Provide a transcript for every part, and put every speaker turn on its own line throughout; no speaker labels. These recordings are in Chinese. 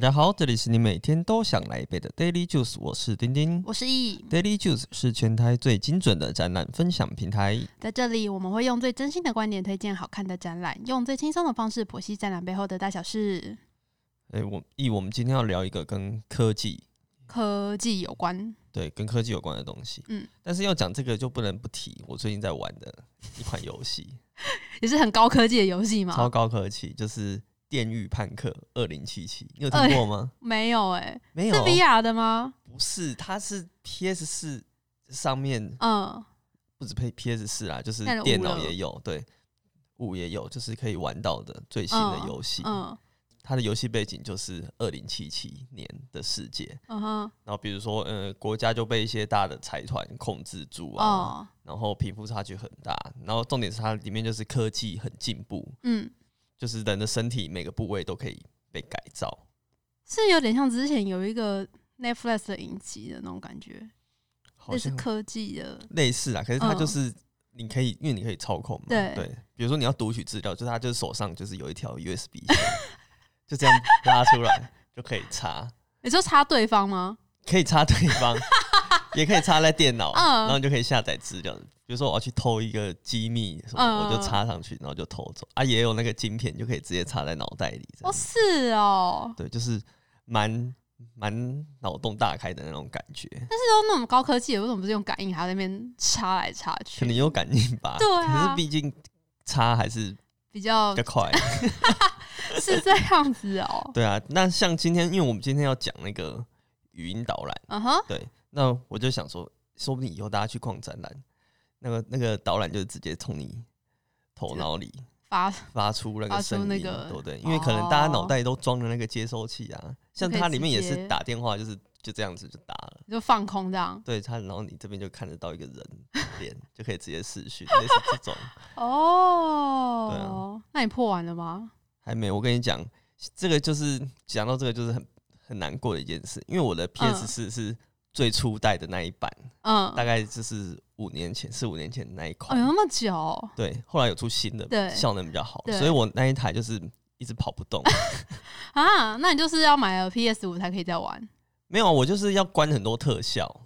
家好，这里是你每天都想来一杯的 Daily Juice，我是丁丁。
我是易，
Daily Juice 是全台最精准的展览分享平台。
在这里我们会用最真心的观点推荐好看的展览，用最轻松的方式剖析展览背后的大小事，
诶，我以我们今天要聊一个跟科技，
科技有关。
对，跟科技有关的东西。
嗯，
但是要讲这个就不能不提我最近在玩的一款游 戏，
也是很高科技的游戏
超
吗？
高科技，就是《电狱叛客二零七七》，你有
哎
听过吗？
没有哎、
没
是
有，
VR 的吗？
不是，它是 PS 四上面
嗯，
不止配 PS 四啦，就是
那个五
电脑
了
也有，对，五也有，就是可以玩到的最新的
嗯
游戏。
嗯
它的游戏背景就是二零七七年的世界，
嗯哼，
然后比如说，呃，国家就被一些大的财团控制住啊，
哦，
然后贫富差距很大，然后重点是它里面就是科技很进步，
嗯，
就是人的身体每个部位都可以被改造，
是有点像之前有一个 Netflix 的影集的那种感觉，
好
那是
像
科技的，
类似啊啦，可是它
嗯
就是你可以，因为你可以操控嘛，
对
比如说你要读取资料，就是它就是手上就是有一条 USB 线， 就这样拉出来就可以插，
你说插对方吗？
可以插对方， 也可以插在电脑，
嗯
然后你就可以下载资料。比如说我要去偷一个机密什么，
嗯
我就插上去，然后就偷走。啊，也有那个晶片，就可以直接插在脑袋里。这
哦，
样
是哦，
对，就是蛮蛮脑洞大开的那种感觉，
都那种高科技的，为什么不是用感应，还要在那边插来插
可
去？
能有感应吧。
对啊
可是毕竟插还是
比较
比较快。啊
是这样子 哦。
对啊，那像今天，因为我们今天要讲那个语音导览，
嗯哼，
对，那我就想说，说不定以后大家去逛展览，那个那个导览就是直接从你头脑里
发
发出那个
发
声
出
音，
那个
对不对？因为可能大家脑
哦
袋都装了那个接收器啊，像
可以
它里面也
直
是
接
打电话，就是就这样子就打了。
就放空这样。
对它，然后你这边就看得到一个人脸，就可以直接视讯，类似这种。
哦，那你破完了吗？
还没，我跟你讲，这个就是讲到这个就是很很难过的一件事，因为我的 PS 四是最初代的那一版，
嗯，
大概就是五年前、四五年前的那一
哦，
款。
有那么久哦，
对，后来有出新的，
对
效能比较好，
对
所以我那一台就是一直跑不 动。
啊？那你就是要买了 PS 五才可以再玩，
没有啊，我就是要关很多特效。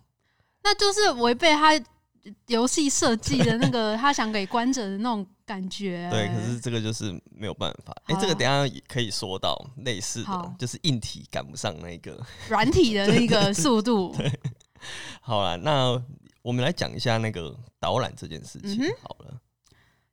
那就是违背他游戏设计的那个他想给观者的那种感觉。
对，可是这个就是没有办法。哎、
哎好啊
这个等一下也可以说到类似的
好，
就是硬体赶不上那个。
软体的那个 速度，
好啦，那我们来讲一下那个导览这件事情、
嗯哼
好了。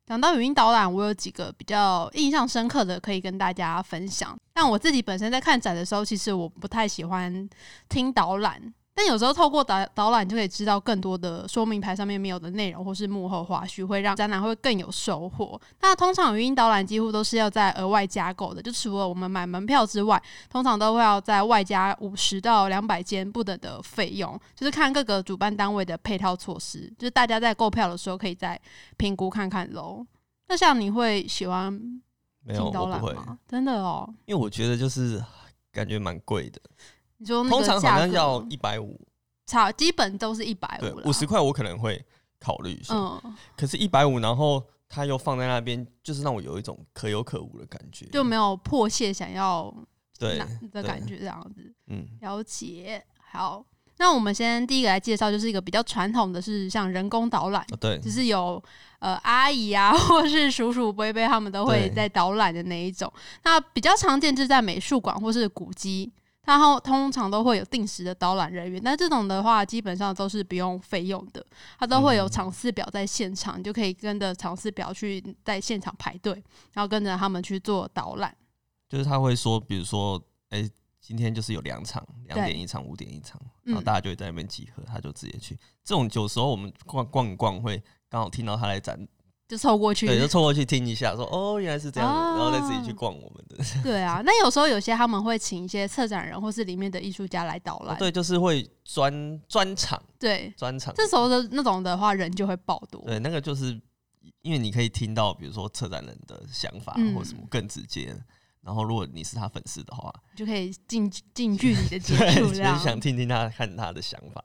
讲到语音导览，我有几个比较印象深刻的可以跟大家分享。但我自己本身在看展的时候，其实我不太喜欢听导览，但有时候透过导导览就可以知道更多的说明牌上面没有的内容，或是幕后花絮，会让展览会更有收获。那通常语音导览几乎都是要在额外加购的，就除了我们买门票之外，通常都会要在外加五十到两百间不等的费用，就是看各个主办单位的配套措施，就是大家在购票的时候可以在评估看看喽。那像你会喜欢
没有，
听导
我
览
不会，
吗？真的哦，
因为我觉得就是感觉蛮贵的，
你说那
通
个
常好
价
像
格
要一百五，
差，基本都是一百
对，
五
五十，块我可能会考虑一下。
嗯，
可是，一百五，然后它又放在那边，就是让我有一种可有可无的感觉。
就没有迫切想要
嗯对
拿，的
对
感觉这样子。
嗯，
了解，好，那我们先第一个来介绍，就是一个比较传统的是像人工导览，
哦对，
就是有呃阿姨啊， 或是叔叔伯伯他们都会
对
在导览的那一种。那比较常见就是在美术馆或是古迹，它后通常都会有定时的导览人员。但这种的话，基本上都是不用费用的，它都
嗯
会有场次表在现场，你就可以跟着场次表去在现场排队，然后跟着他们去做导览。
就是他会说，比如说，哎、今天就是有两场，两
对
点一场，五点一场，然后
嗯
大家就会在那边集合，他就直接去。这种有时候我们逛逛一逛会刚好听到他来展，
就凑过去，
对，就凑过去听一下，说哦原来是这样子，然后再自己去
哦
逛我们的。
对啊。那有时候有些他们会请一些策展人或是里面的艺术家来导览，
哦对，就是会专专场
对，
专场，
这时候的那种的话，人就会爆多。
对那个就是因为你可以听到，比如说策展人的想法
嗯
或什么更直接。然后，如果你是他粉丝的话，
就可以近近距离的接
对，
触
就
这
是
样。
想听听他看他的想法。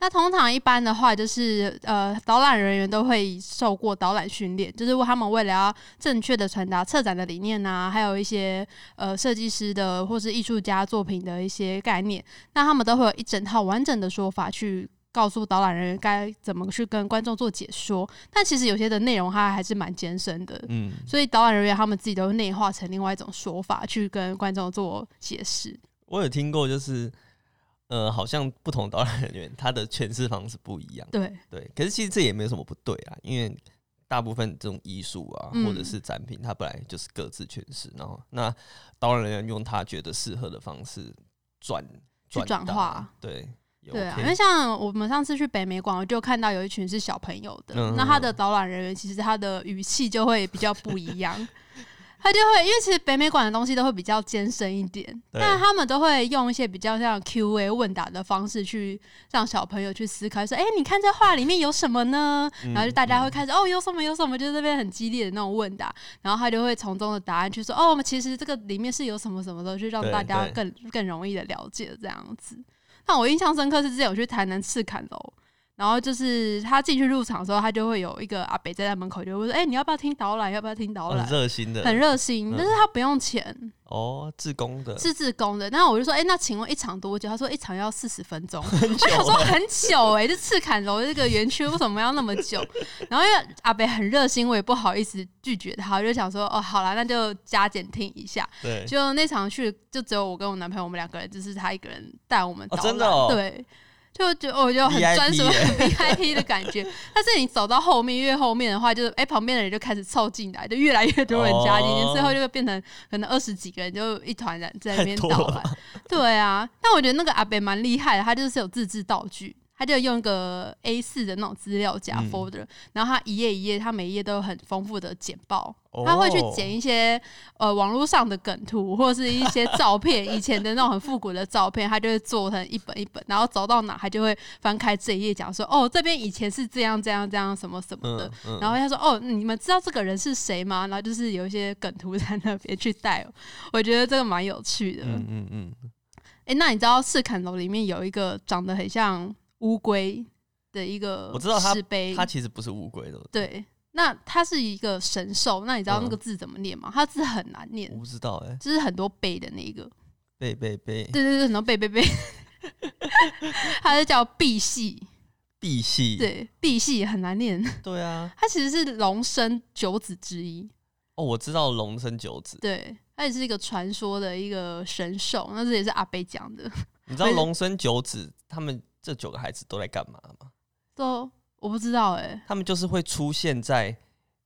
那通常一般的话，就是呃，导览人员都会受过导览训练，就是他们为了要正确的传达策展的理念啊，还有一些呃设计师的或是艺术家作品的一些概念，那他们都会有一整套完整的说法去。告诉导览人员该怎么去跟观众做解说，但其实有些的内容它还是蛮艰深的，
嗯，
所以导览人员他们自己都内化成另外一种说法去跟观众做解释。
我有听过，就是呃，好像不同导览人员他的诠释方式不一样，
对，
对。可是其实这也没有什么不对啊，因为大部分这种艺术啊，
嗯
或者是展品，它本来就是各自诠释，然后那导览人员用他觉得适合的方式转
去转
达
化，
对，也
对啊，
OK
因为像我们上次去北美馆，我就看到有一群是小朋友的，
嗯
那他的导览人员其实他的语气就会比较不一样，他就会因为其实北美馆的东西都会比较艰深一点，
对
但他们都会用一些比较像 Q&A 问答的方式去让小朋友去思考，说，哎、你看这画里面有什么呢？
嗯
然后就大家会开始、哦，有什么有什么，就是这边很激烈的那种问答，然后他就会从中的答案去说，哦，我们其实这个里面是有什么什么的，去让
对
大家
对
更更容易的了解这样子。那我印象深刻是之前我去台南赤坎楼，然后就是他进去入场的时候，他就会有一个阿北在他门口就会说，哎、你要不要听导览？要不要听导
很？
览
哦热心的，
很热心，
嗯
但是他不用钱，
哦，志工的，
是自工的。那我就说，哎、那请问一场多久？他说一场要四十分钟。
很久
我想说
了，
很久哎、欸，这赤坎楼这个园区为什么要那么久？然后因为阿北很热心，我也不好意思拒绝他，我就想说哦，好啦，那就加减听一下。
对，
就那场去，就只有我跟我男朋友，我们两个人，就是他一个人带我们
哦
导览、
真的哦
对。就就我就很
VIP
专属
耶
VIP 的感觉，但是你走到后面越后面的话，就是哎、旁边的人就开始凑进来，就越来越多人加进去，
哦
最后就会变成可能二十几个人就一 团人在那边
太
导
多了
览。对啊，但我觉得那个阿北蛮厉害的，他就是有自制道具，他就用一个 A 四的那种资料夹
嗯
folder，、然后他一页一页，他每一页都有很丰富的简报，
哦
他会去剪一些呃网络上的梗图 或是一些照片，以前的那种很复古的照片，他就会做成一本一本，然后走到哪他就会翻开这一页讲说，哦，这边以前是这样这样这样什么什么的。
嗯嗯
然后他说：“哦，你们知道这个人是谁吗？”然后就是有一些梗图在那边去带，哦 我觉得这个蛮有趣的。
嗯嗯嗯，
哎、那你知道赤坎楼里面有一个长得很像乌龟的一个
我知道它
石碑，
它其实不是乌龟的，
对，那它是一个神兽。那你知道
嗯
那个字怎么念吗？它字很难念
我，不知道哎，
就是很多贝的那
嗯
个，
贝贝贝，
对对对，很多贝贝贝， 它是叫赑屃，
碧玺，
对，赑屃很难念，
对啊，
它其实是龙生九子之一，
哦，我知道龙生九子，
对。它也是一个传说的一个神兽，那这也是阿贝讲的，
你知道
没事
龙生九子他们这九个孩子都在干嘛吗？
都我不知道哎、
他们就是会出现在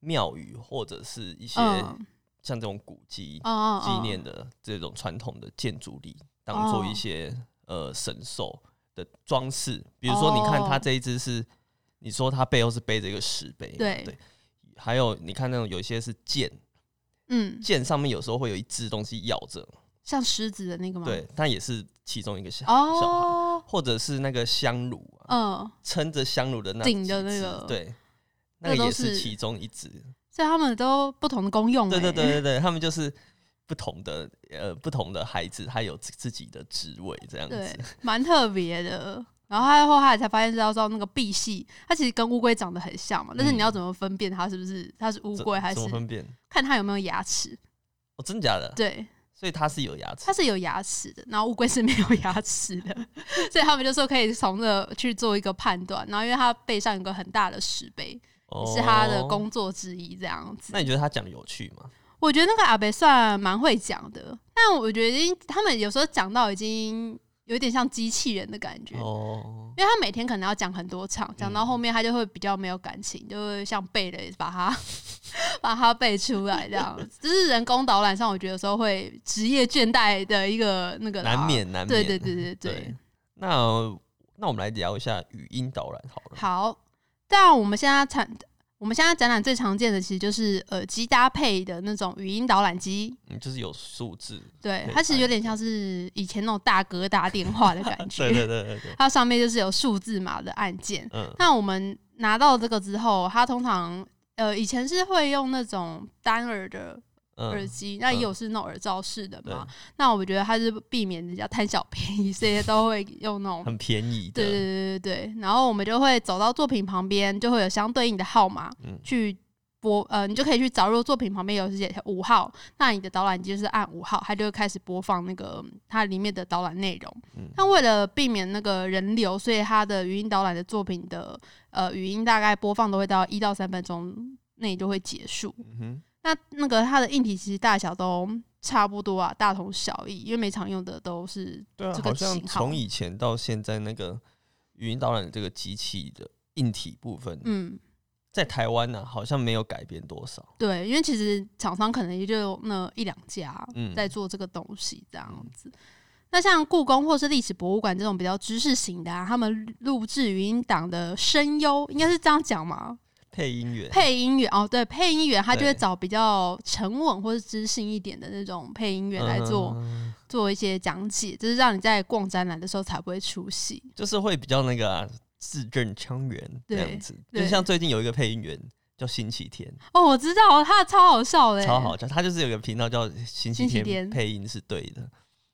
庙宇或者是一些
嗯，
像这种古迹
哦哦哦
纪念的这种传统的建筑里，当做一些呃神兽的装饰。比如说，你看它
哦
这一只是，你说它背后是背着一个石碑嘛，
对
对。还有你看那种有一些是剑，
嗯，
剑上面有时候会有一只东西咬着，
像狮子的那个吗？，
对，它也是其中一个小小孩，
哦，
或者是那个香炉啊，
嗯，
撑着香炉的那
顶的
几只
那个
对，
那
那个
都
也是
是
其中一只。
所以他们都不同的功用、
对
欸。
对对对对，他们就是不同的呃不同的孩子，他有自自己的职位这样
对
子。
蛮特别的。然后他后来才发现，知道到那个赑屃，它其实跟乌龟长得很像嘛，但是你要怎么分辨它是不是它是乌
怎
龟，还
嗯
是
怎么分辨？
看它有没有牙齿？
哦，真假的？
对，
所以他是有牙齿
它。是有牙齿的，然后乌龟是没有牙齿的， 所以他们就说可以从这去做一个判断。然后因为它背上有个很大的石碑，
哦
是他的工作之一，这样子。
那你觉得他讲的有趣吗？
我觉得那个阿北算蛮会讲的，但我觉得已经他们有时候讲到已经有点像机器人的感觉，
哦，
因为他每天可能要讲很多
嗯
场，讲到后面他就会比较没有感情，就会像背了把它 把它背出来这样子。就是人工导览上，我觉得有时候会职业倦怠的一个那个啦
难。免难免。
对对对对对，
对那那我们来聊一下语音导览好了。
好。但我们现在产我们现在展览最常见的其实就是耳机搭配的那种语音导览机，
嗯，就是有数 字。
对
可，以
它其实
按
有点像是以前那种大哥大电话的感觉。
对对对对对。
它上面就是有数字码的按键。
嗯，
那我们拿到这个之后，它通常呃以前是会用那种单耳的耳
嗯，
机，那也有是那种耳罩式的
对，
嘛。那我觉得它是避免人家贪小便宜，所以都会用那种
很便宜
对
的，
对对对对，然后我们就会走到作品旁边，就会有相对应的号码、
嗯
去播，呃，你就可以去找。如果作品旁边有写五号，那你的导览机就是按五号，它就会开始播放那个嗯它里面的导览内容。
嗯
那为了避免那个人流，所以它的语音导览的作品的呃语音大概播放都会到一到三分钟内就会结束。
嗯哼，
那那个它的硬体其实大小都差不多啊，大同小异，因为每场用的都是
对啊，
这个
好像
型号
从以前到现在，那个语音导览的这个机器的硬体部分，
嗯。
在台湾呢、好像没有改变多少。
对，因为其实厂商可能也就那一两家
嗯
在做这个东西这样子。那像故宫或是历史博物馆这种比较知识型的、啊，他们录制语音档的声优，应该是这样讲嘛？
配音员，
配音员哦，对，配音员他就会
对
找比较沉稳或是知性一点的那种配音员来做、
嗯
做一些讲解，就是让你在逛展览的时候才不会出戏。
就是会比较那个、啊、字正腔圆这
对
样子。
对
就像最近有一个配音员叫星期天，
哦，我知道他超好笑的、
超好，笑，他就是有个频道叫星期
星期天
天配音是对的，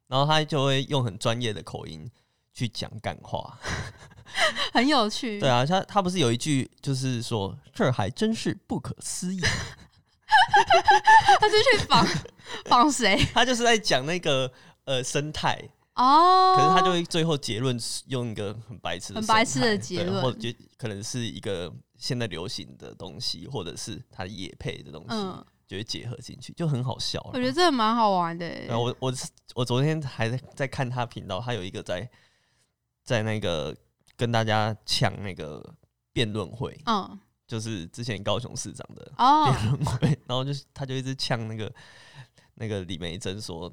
然后他就会用很专业的口音去讲干话。
嗯很有趣。
对啊，他他不是有一句就是说这儿还真是不可思议，
他是去仿仿谁？
他就是在讲那个呃生态，
哦，
可是他就会最后结论是用一个很白痴的
很
生
白痴的
态
结
对
论
或者就可能是一个现在流行的东西，或者是他也配的东西，
嗯。
就会结合进去，就很好笑啦。
我觉得这个蛮好玩的、
然后我我是我昨天还在在看他频道，他有一个在在那个跟大家抢那个辩论会，
嗯，
就是之前高雄市长的
哦，
辩论会，然后就是他就一直呛那个那个李梅珍说。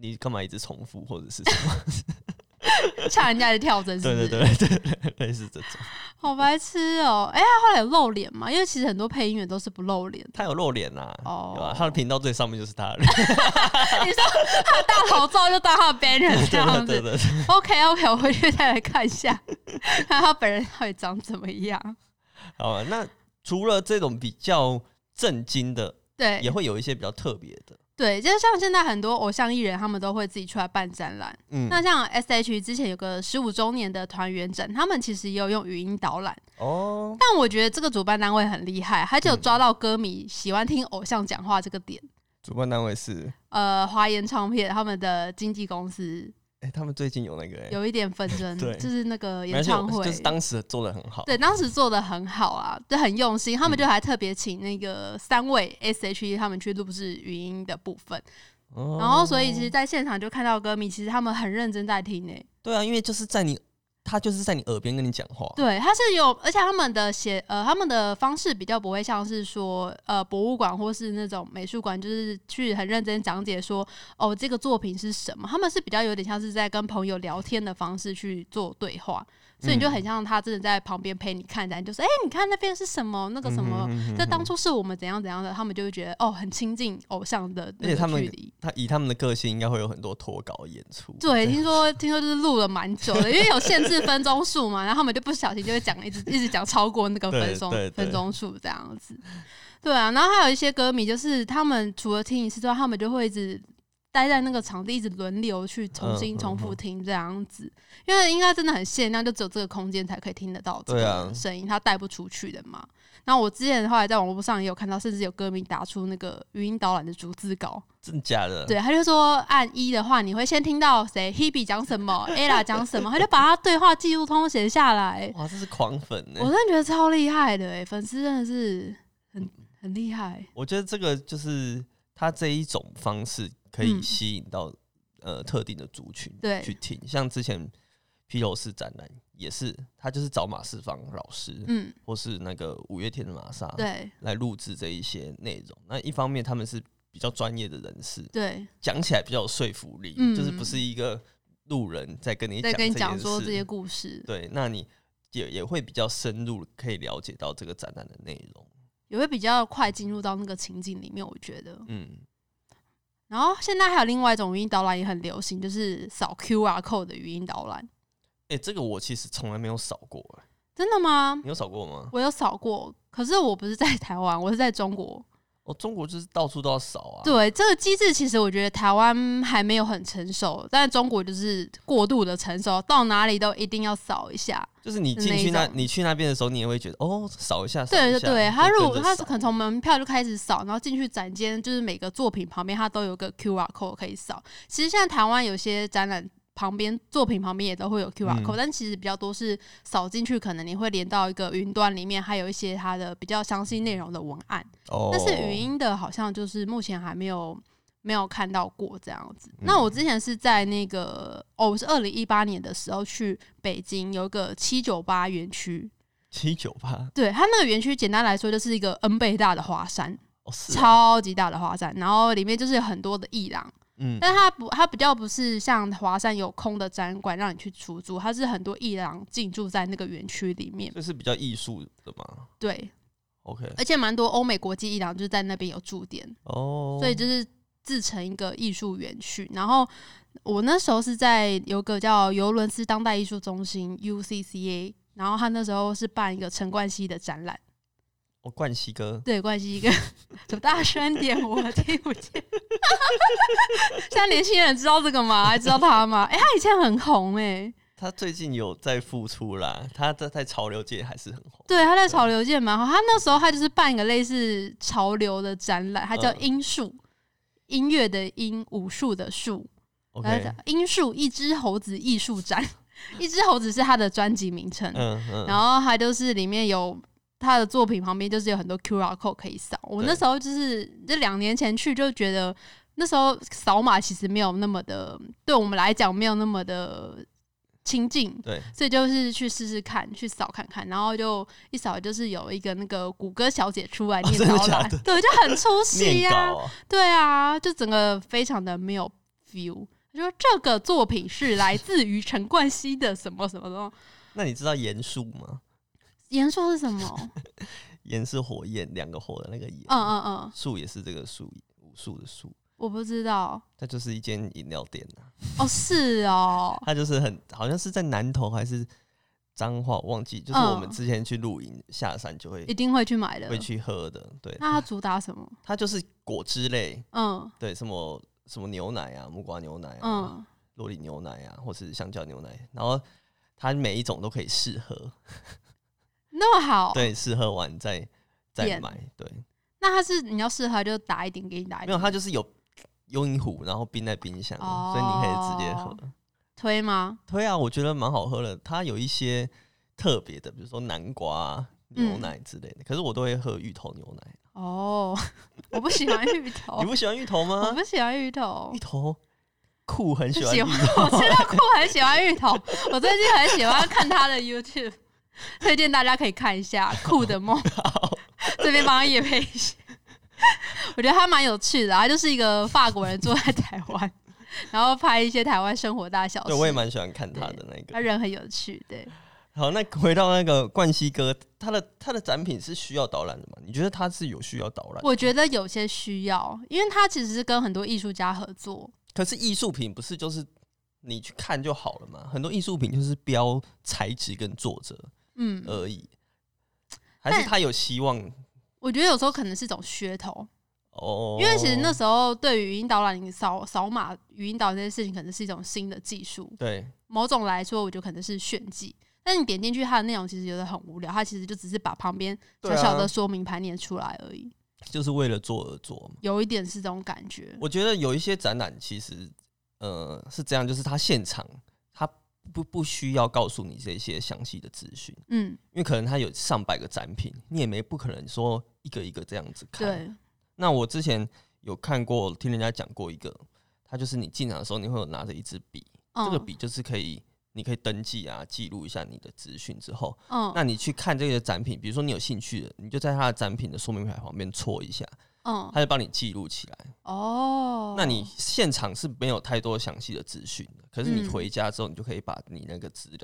你干嘛一直重复或者是 什么？
呛人家的跳针，
对
是不
对
是？
对对对，类似这种。。
好白痴哦、哎、他后来有露脸吗？因为其实很多配音员都是不露脸
他有露脸呐、啊，
哦
对吧？他的频道最上面就是他的 脸，
你说他的大头照就当他的 banner 这样
对对
子
对 对，
？OK OK，我回去再来看一下，看他本人到底长怎么样。
好吧。那除了这种比较震惊的，
对
也会有一些比较特别的，
对，就是像现在很多偶像艺人，他们都会自己出来办展览。
嗯，
那像 S.H. 之前有个十五周年的团圆展，他们其实也有用语音导览。
哦，
但我觉得这个主办单位很厉害，他就有
嗯
抓到歌迷喜欢听偶像讲话这个点。
主办单位是，
呃，华研唱片他们的经纪公司
哎、他们最近有那个、欸，
有一点纷争，
对
就是那个
没
演
关系
唱
我
会，
就是当时做的很好，
对，当时做的很好啊，就很用心。他们就还特别请那个三位 S.H.E 他们去录制语音的部分，
哦，
然后所以其实在现场就看到歌迷，其实他们很认真在听诶、欸
对啊，因为就是在你，他就是在你耳边跟你讲话，
对，它是有，而且他们的写呃，他们的方式比较不会像是说呃博物馆或是那种美术馆，就是去很认真讲解说哦这个作品是什么。他们是比较有点像是在跟朋友聊天的方式去做对话，
嗯
所以你就很像他真的在旁边陪你看展，你就说哎、你看那边是什么，那个什么，
嗯哼
这当初是我们怎样怎样的，他们就会觉得哦很亲近偶像的那
而且他
个
们
距离。
他以他们的个性，应该会有很多脱稿演出，
对，
这样
听说听说就是录了蛮久的，因为有限制分钟数嘛，然后他们就不小心就会讲 一直一直讲超过那个分钟
对对对
分钟数这样子。对啊，然后还有一些歌迷，就是他们除了听一次之外，他们就会一直待在那个场地，一直轮流去重新
嗯
重复听这样子，因为应该真的很限量，就只有这个空间才可以听得到这
对啊
个声音，它带不出去的嘛。然后我之前后来在网络上也有看到，甚至有歌迷打出那个语音导览的逐字稿，
真的假的？
对，他就说按一的话，你会先听 到谁 Hebe 讲什么，Ella 讲什么，他就把他对话记录通写下来。
哇，这是狂粉欸呢、
我真的觉得超厉害的、欸，粉丝真的是很很厉害。
我觉得这个就是他这一种方式可以
嗯
吸引到、呃特定的族群
对
去听，像之前披头士展览也是，他就是找马世芳老师、
嗯，
或是那个五月天的玛莎
对
来录制这一些内容。那一方面他们是比较专业的人士，
对，
讲起来比较有说服力，
嗯
就是不是一个路人在跟你
在
讲
跟你
这件
讲说
事
这些故事，
对，那你也也会比较深入可以了解到这个展览的内容。
也会比较快进入到那个情景里面，我觉得。
嗯，
然后现在还有另外一种语音导览也很流行，就是扫 QR code 的语音导览。
哎、这个我其实从来没有扫过、欸
真的吗？
你有扫过吗？
我有扫过，可是我不是在台湾，我是在中国。
哦，中国就是到处都要扫啊，
对这个机制，其实我觉得台湾还没有很成熟，但是中国就是过度的成熟，到哪里都一定要扫一下。
就是你
是
进
那
去
一
那，
种
你去那边的时候，你也会觉得哦，扫一下，扫
对
一
对
下
对，他
就
如果
跟着
他是
扫
可能从门票就开始扫，然后进去展间，就是每个作品旁边它都有个 QR code 可以扫。其实现在台湾有些展览旁边作品旁边也都会有 QR
嗯
code，、但其实比较多是扫进去，可能你会连到一个云端里面，还有一些它的比较详细内容的文案。
哦，
但是语音的好像就是目前还没有没有看到过这样子。
嗯
那我之前是在那个哦，我是二零一八年的时候去北京，有一个七九八园区，
七九八
对它那个园区简单来说就是一个 N 倍大的华山，
哦是啊
超级大的华山，然后里面就是有很多的艺廊，
嗯
但它不它比较不是像华山有空的展馆让你去出租，它是很多艺廊进驻在那个园区里面，
就是比较艺术的嘛
对，
，OK
而且蛮多欧美国际艺廊就是在那边有驻点。
哦，
所以就是自成一个艺术园区。然后我那时候是在有个叫尤伦斯当代艺术中心 （UCCA），然后他那时候是办一个陈冠希的展览。
哦冠希哥
对，冠希一个什么大宣点，我听不见。 现在年轻人知道这个吗？还知道他吗？哎、他以前很红哎、
他最近有在复出啦，他在在潮流界还是很红，
对，他在潮流界蛮好。他那时候他就是办一个类似潮流的展览，他叫
嗯
音术，音乐的音，武术的术。然后
OK，
讲音树一只猴子艺术展，一只猴子是他的专辑名称，
嗯嗯，
然后还就是里面有他的作品旁边就是有很多 QR code 可以扫。我那
对
时候就是这两年前去就觉得那时候扫码其实没有那么的，对我们来讲没有那么的亲近。
对，
所以就是去试试看，去扫看看，然后就一扫就是有一个那个谷歌小姐出来
哦
念
真的
导
假
览，
的
对，就很出戏
念
呀、
稿啊
对啊，就整个非常的没有 feel。他说这个作品是来自于陈冠希的嗯什么什么 什么，
那你知道盐树吗？
言说是什么？
盐是火焰，两个火的那个盐，
嗯嗯嗯，
树也是这个树，武术的树，
我不知道。
它就是一间饮料店啊，
哦，是哦，
它就是很好像是在南投还是彰化，忘记，就是我们
嗯
之前去露营下山就会
一定会去买的
会。去喝的，对，
那它主打什么？
它就是果汁类，
嗯
对，什么什么牛奶啊，木瓜牛奶啊，
嗯，
洛梨牛奶啊，或是香蕉牛奶，然后它每一种都可以试喝，
哦那么好。
对，试喝完再再
点
买，对，
那它是你要试喝就打一点给你打一
没有，
点，
它就是有优饮壶，然后冰在冰箱，
哦
所以你可以直接喝。
推吗？
对啊，我觉得蛮好喝的，它有一些特别的，比如说南瓜啊、牛
嗯
奶之类的，可是我都会喝芋头牛奶。
哦， 我不喜欢芋头
你，不喜欢芋头
哦
吗？
我不喜欢芋头
芋。头酷很喜
不
欢芋
喜欢，我知道酷很喜欢芋头，我最近很喜欢看他的 YouTube，推荐大家可以看一下《酷的 梦》，这边帮他也配一下。我觉得他蛮有趣的、啊，他就是一个法国人住在台湾，然后拍一些台湾生活大小事。
对，我也蛮喜欢看他的那
他
个。
人很有趣，对。
好，那回到那个冠希哥，他的他的展品是需要导览的吗？你觉得他是有需要导览？
我觉得有些需要，因为他其实是跟很多艺术家合作，
可是艺术品不是就是你去看就好了嘛？很多艺术品就是标材质跟作者
嗯，
而已，还是他有希望
我觉得有时候可能是一种噱头，
哦？
因为其实那时候对于语音导览，你扫扫码语音导览这件事情，可能是一种新的技术。
对
某种来说，我觉得可能是炫技。但你点进去它的内容，其实觉得很无聊，它其实就只是把旁边
对
小
啊
小的说明牌念出来而已，
就是为了做而做嘛。
有一点是这种感觉。
我觉得有一些展览其实呃是这样，就是他现场他不不需要告诉你这些详细的资讯，
嗯，
因为可能他有上百个展品，你也没不可能说一个一个这样子看。
对，
那我之前有看过，听人家讲过一个，它就是你进场的时候，你会有拿着一支笔，这个
嗯
笔就是可以，你可以登记啊，记录一下你的资讯之后，
嗯
那你去看这个展品，比如说你有兴趣的，你就在它的展品的说明牌旁边戳一下，
嗯，
它就帮你记录起来。
哦，
那你现场是没有太多详细的资讯的，可是你
嗯
回家之后，你就可以把你那个资料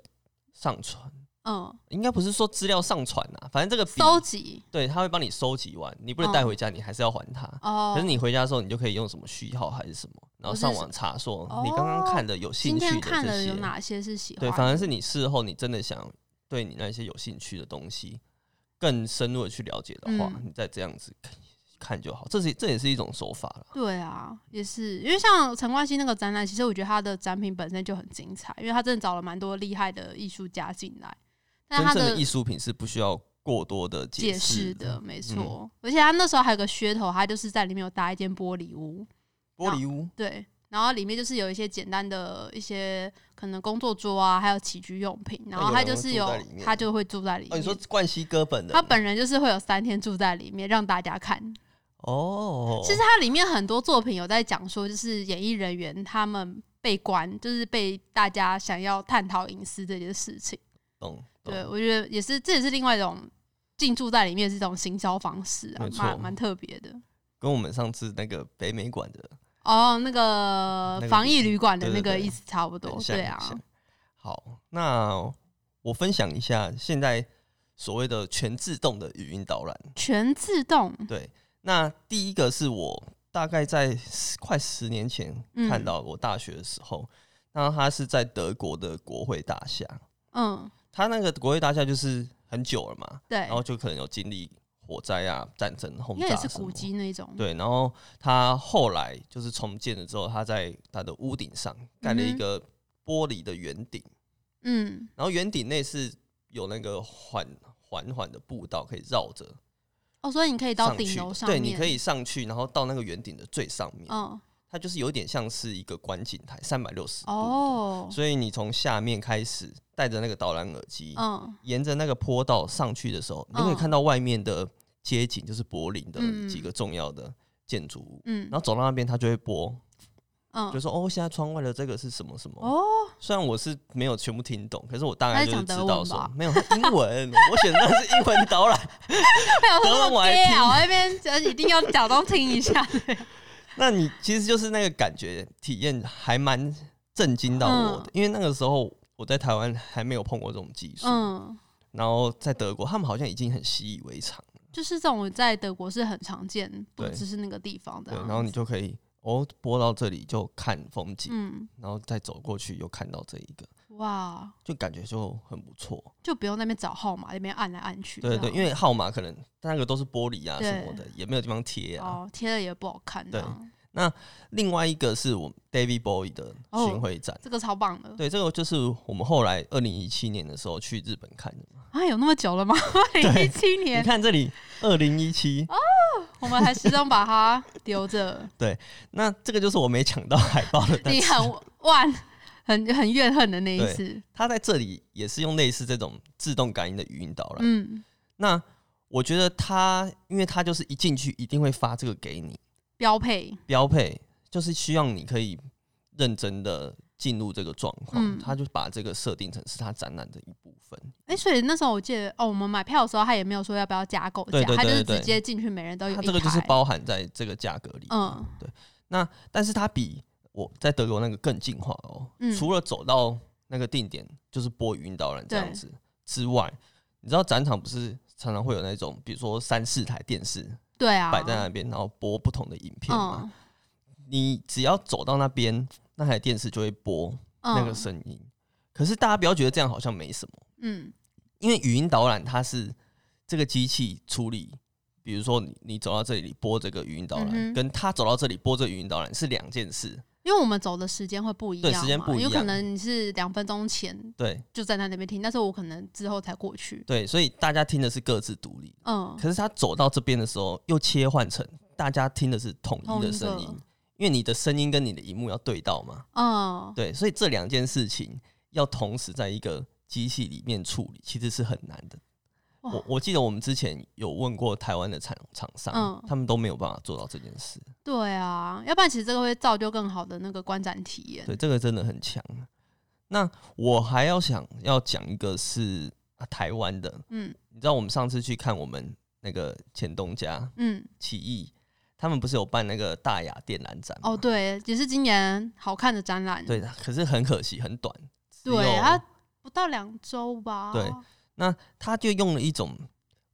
上传。
嗯
应该不是说资料上传啊，反正这个笔
收集
对，它会帮你收集完，你不能
嗯
带回家，你还是要还它。
哦
可是，你回家的时候，你就可以用什么序号还是什么，然后
我是
上网查说
哦
你刚刚看的有兴
今
趣的
天看
这
了有
些，
哪些是喜欢
对，
的？
反而是你事后你真的想对你那些有兴趣的东西更深入的去了解的话，
嗯
你再这样子看看就好，这是这也是一种手法了。
对啊，也是因为像陈冠希那个展览，其实我觉得他的展品本身就很精彩，因为他真的找了蛮多厉害的艺术家进来，但
真
他
正的
的
艺术品是不需要过多的嗯
解释
释
的，没错。而且他那时候还有个噱头，他就是在里面有搭一间玻璃屋，
玻璃屋，
对，然后里面就是有一些简单的一些可能工作桌啊，还有起居用品，然后他就是有
那有人会住在里面
他就会住在里
哦，
面。
你说冠希哥本人，
他本人就是会有三天住在里面，让大家看。
哦，
其实它里面很多作品有在讲说，就是演艺人员他们被关，就是被大家想要探讨隐私这件事情。
懂，懂
对，我觉得也是，这也是另外一种进驻在里面是一种行销方式啊
没，错
蛮蛮特别的。
跟我们上次那个北美馆的
哦，那个
那个
防
意思
疫旅馆的
对对
那个
对
意思差不多，
很像
对
很
啊
像，好，那我分享一下现在所谓的全自动的语音导览。
全自动，
对，那第一个是我大概在十快十年前
嗯
看到，我大学的时候，那它是在德国的国会大厦，
嗯，
它那个国会大厦就是很久了嘛，
对
然，后就可能有经历火灾啊、战争、轰
应
炸，
该也是古。迹那种，
对，然后它后来就是重建了之后，它在它的屋顶上盖了
嗯
一
哼
个玻璃的圆顶。
嗯，
然后圆顶内是有那个缓缓缓的步道可以绕着
哦，所以你可以到
上
顶
去
楼
的，
上
对，
面，
你可，以上去，然后到那个圆顶的最上面，
嗯，
它就是有点像是一个观景台，三百六十度。
哦，
所以你从下面开始，戴着那个导览耳机，
嗯，
沿着那个坡道上去的时候，你
嗯
可以看到外面的街景，就是柏林的
嗯
几个重要的建筑物。
嗯，
然后走到那边，它就会播，
嗯，
就说哦，现在窗外的这个是什么什么。
哦，
虽然我是没有全部听懂，可是我大
他
概
是
就是
讲
知
德文
道说
吧
没有他英文， 我选的是英文导览。
没有
德
说
文我
么
还
gay
听
啊，我那边呃一定要假装听 一下，
那你其实就是那个感觉体验还蛮震惊到我
嗯
的，因为那个时候我在台湾还没有碰过这种技术，
嗯，
然后在德国他们好像已经很习以为常，
就是这种在德国是很常见，不
对
只是那个地方的
对，
啊，
然后你就可以哦播到这里就看风景，
嗯，
然后再走过去又看到这一个，
哇，
就感觉就很不错。
就不用那边找号码，那边按来按去这
对
样，
对，因为号码可能那个都是玻璃啊
啊对
什么的，也没有地方贴啊。
哦贴了也不好看，
对
这样
另外一个是我们 David Bowie 的
哦
巡回展。
这个超棒的，
对，这个就是我们后来二零一七年的时候去日本看的嘛。
啊，有那么久 了吗？二零一七
你
年，
看这里，二零一七，
哦我们还始终把它留 着，
那这个就是我没抢到海报的。但
你
是
很万很很怨恨的那一
对
次，
它在这里也是用类似这种自动感应的语音导览。
嗯，
那我觉得它，因为它就是一进去一定会发这个给你，
标配，
标配就是希望你可以认真的进入这个状况。
嗯
它就把这个设定成是它展览的一部分。
哎、所以那时候我记得，哦，我们买票的时候，他也没有说要不要加购价
对，对
他就是
对对
直接进去，每人都有呃一
它这
台。
个就是包含在这个价格里。
嗯
那但是它比我在德国那个更进化哦，
嗯
除了走到那个定点就是播语音导览这样
对
子之外，你知道展场不是常常会有那种，比如说三四台电视
对啊，
摆在那边，然后播不同的影片嘛。
嗯
你只要走到那边，那台电视就会播
嗯
那个声音。可是大家不要觉得这样好像没什么，
嗯
因为语音导览它是这个机器处理。比如说你，你走到这里播这个语音导览，
嗯哼
跟他走到这里播这个语音导览是两件事。
因为我们走的时间会不一样
对
嘛，
时间不一
有可
样
能你是两分钟前
对，
就站在那边听，但是我可能之后才过去。
对，所以大家听的是各自独立的，
嗯，
可是他走到这边的时候，又切换成大家听的是统一的声音
同一个，
因为你的声音跟你的荧幕要对到嘛，
嗯，
对，所以这两件事情要同时在一个机器里面处理，其实是很难的。
哇
我我记得我们之前有问过台湾的厂厂商，
嗯
他们都没有办法做到这件事，
对啊，要不然其实这个会造就更好的那个观展体验。
对，这个真的很强。啊那我还要想要讲一个是、啊、台湾的，
嗯
你知道我们上次去看我们那个前东家，
嗯，
起义，他们不是有办那个大雅电览展吗
哦，，对，也是今年好看的展览。
对的，可是很可惜，很短。只有
对，它不到两周吧。
对他就用了一种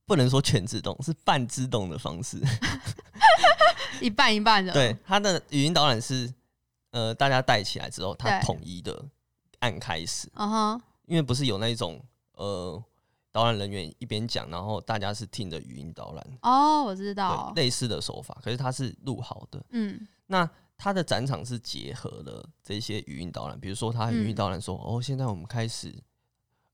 不能说全自动，是半自动的方式。
一半一半的。
对，他的语音导览是呃，大家带起来之后，他
对
统一的按开始，
嗯哼，
因为不是有那一种呃导览人员一边讲，然后大家是听着语音导览，
哦，我知道
对，，类似的手法，可是它是录好的。
嗯
那它的展场是结合了这些语音导览，比如说它语音
嗯
导览说、哦，现在我们开始，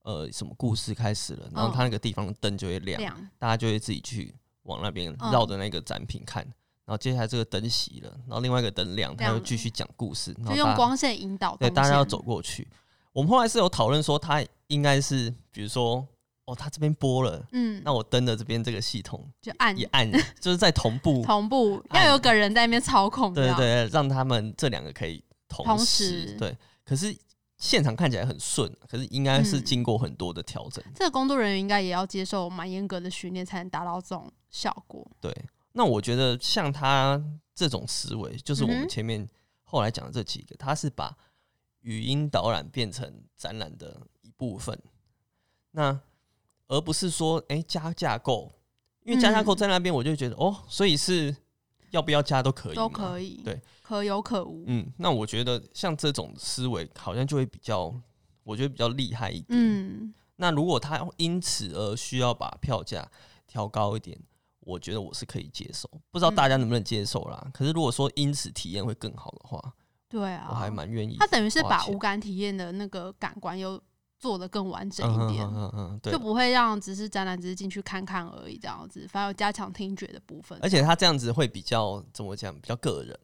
呃，什么故事开始了，然后
嗯
它那个地方的灯就会亮，
亮，
大家就会自己去往那边
嗯
绕着那个展品看。然后接下来这个灯熄了，然后另外一个灯亮，它
亮
又
了
继续讲故事，然后大
就用
家
光线引导
对
动
大家要
线
走过去。我们后来是有讨论说，它应该是比如说哦，它这边播了，
嗯，
那我灯的这边这个系统
就按
一按，就是在同步
同步，
按
要有个人在那边操控，
对
这
对
样，
对，让他们这两个可以同
同时
对。可是现场看起来很顺，啊可是应该是
嗯
经过很多的调整。
这个工作人员应该也要接受蛮严格的训练，才能达到这种效果。
对，那我觉得像他这种思维，就是我
嗯哼
们前面后来讲的这几个，他是把语音导览变成展览的一部分，那而不是说哎、诶加架构，因为加架构
嗯
在那边，我就觉得、哦，所以是要不要加都可以，
都可。以，
对，
可有可无，
嗯，那我觉得像这种思维好像就会比较，我觉得比较厉害一点。
嗯，
那如果他因此而需要把票价调高一点，我觉得我是可以接受，不知道大家能不能接受啦。可是如果说因此体验会更好的话，
对啊，
我还蛮愿意
他。等于是
花
把
钱
无感体验的那个感官又做得更完整一点，
嗯嗯，对
就。不会让只是展览只是进去看看而已这样子，反而有加强听觉的部分。
而且他这样子会比较怎么讲，比较个人，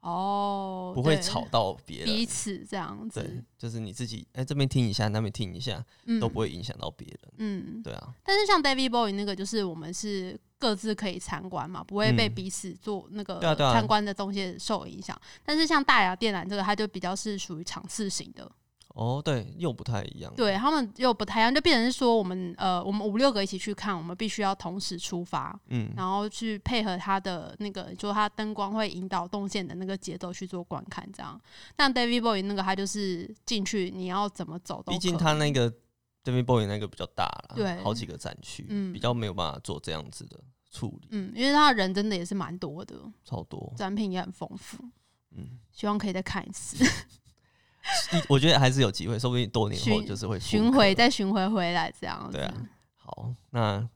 哦，
不会
对
吵到别
彼
人。
此这样
对
子，，
就是你自己哎、这边听一下，那边听一下，
嗯，
都不会影响到别人。
嗯。
对啊，
但是像 David Bowie 那个，就是我们是各自可以参观嘛，不会被
嗯
彼此做那个
对啊对啊
参观的东西受影响。但是像大雅电缆这个，它就比较是属于场次型的，
哦，对，又不太一样。
对他们又不太一样，就变成是说我们呃，我们五六个一起去看，我们必须要同时出发，
嗯，
然后去配合它的那个，就它灯光会引导动线的那个节奏去做观看，这样。但 David Bowie 那个，他就是进去你要怎么走都可以，
毕竟他那个 David Bowie 那个比较大啦，
对
好几个展区，
嗯
比较没有办法做这样子的处理，
嗯，因为他人真的也是蛮多的，
超多，
展品也很丰富，
嗯，
希望可以再看一次。
一我觉得还是有机会，说不定多年后
巡
就是会复刻
巡回。再巡回回来这样子。
对啊好，那、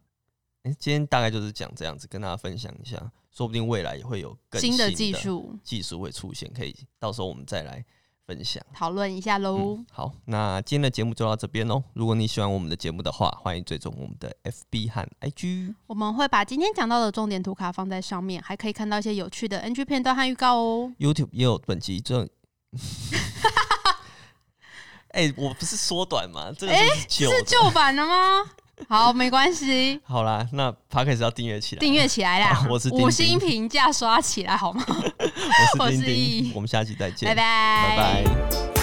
诶今天大概就是讲这样子，跟大家分享一下，说不定未来也会有更
新
的
的技术
技术会出现，可以到时候我们再来分享。
讨论一下喽。
嗯，好，那今天的节目就到这边喽。如果你喜欢我们的节目的话，欢迎追踪我们的 FB 和 IG。
我们会把今天讲到的重点图卡放在上面，还可以看到一些有趣的 NG 片段和预告哦。
YouTube 也有本集这。哎、我不是缩短吗？这个是旧的。
哎是旧版的吗？好，没关系，
好啦，那 p o d c a s 要订阅起来。
订阅起来啦
好。 我是丁丁
五星评价刷起来好吗？
我
我
是
是
丁
易
丁，我们下期再见，
拜
拜
拜，
拜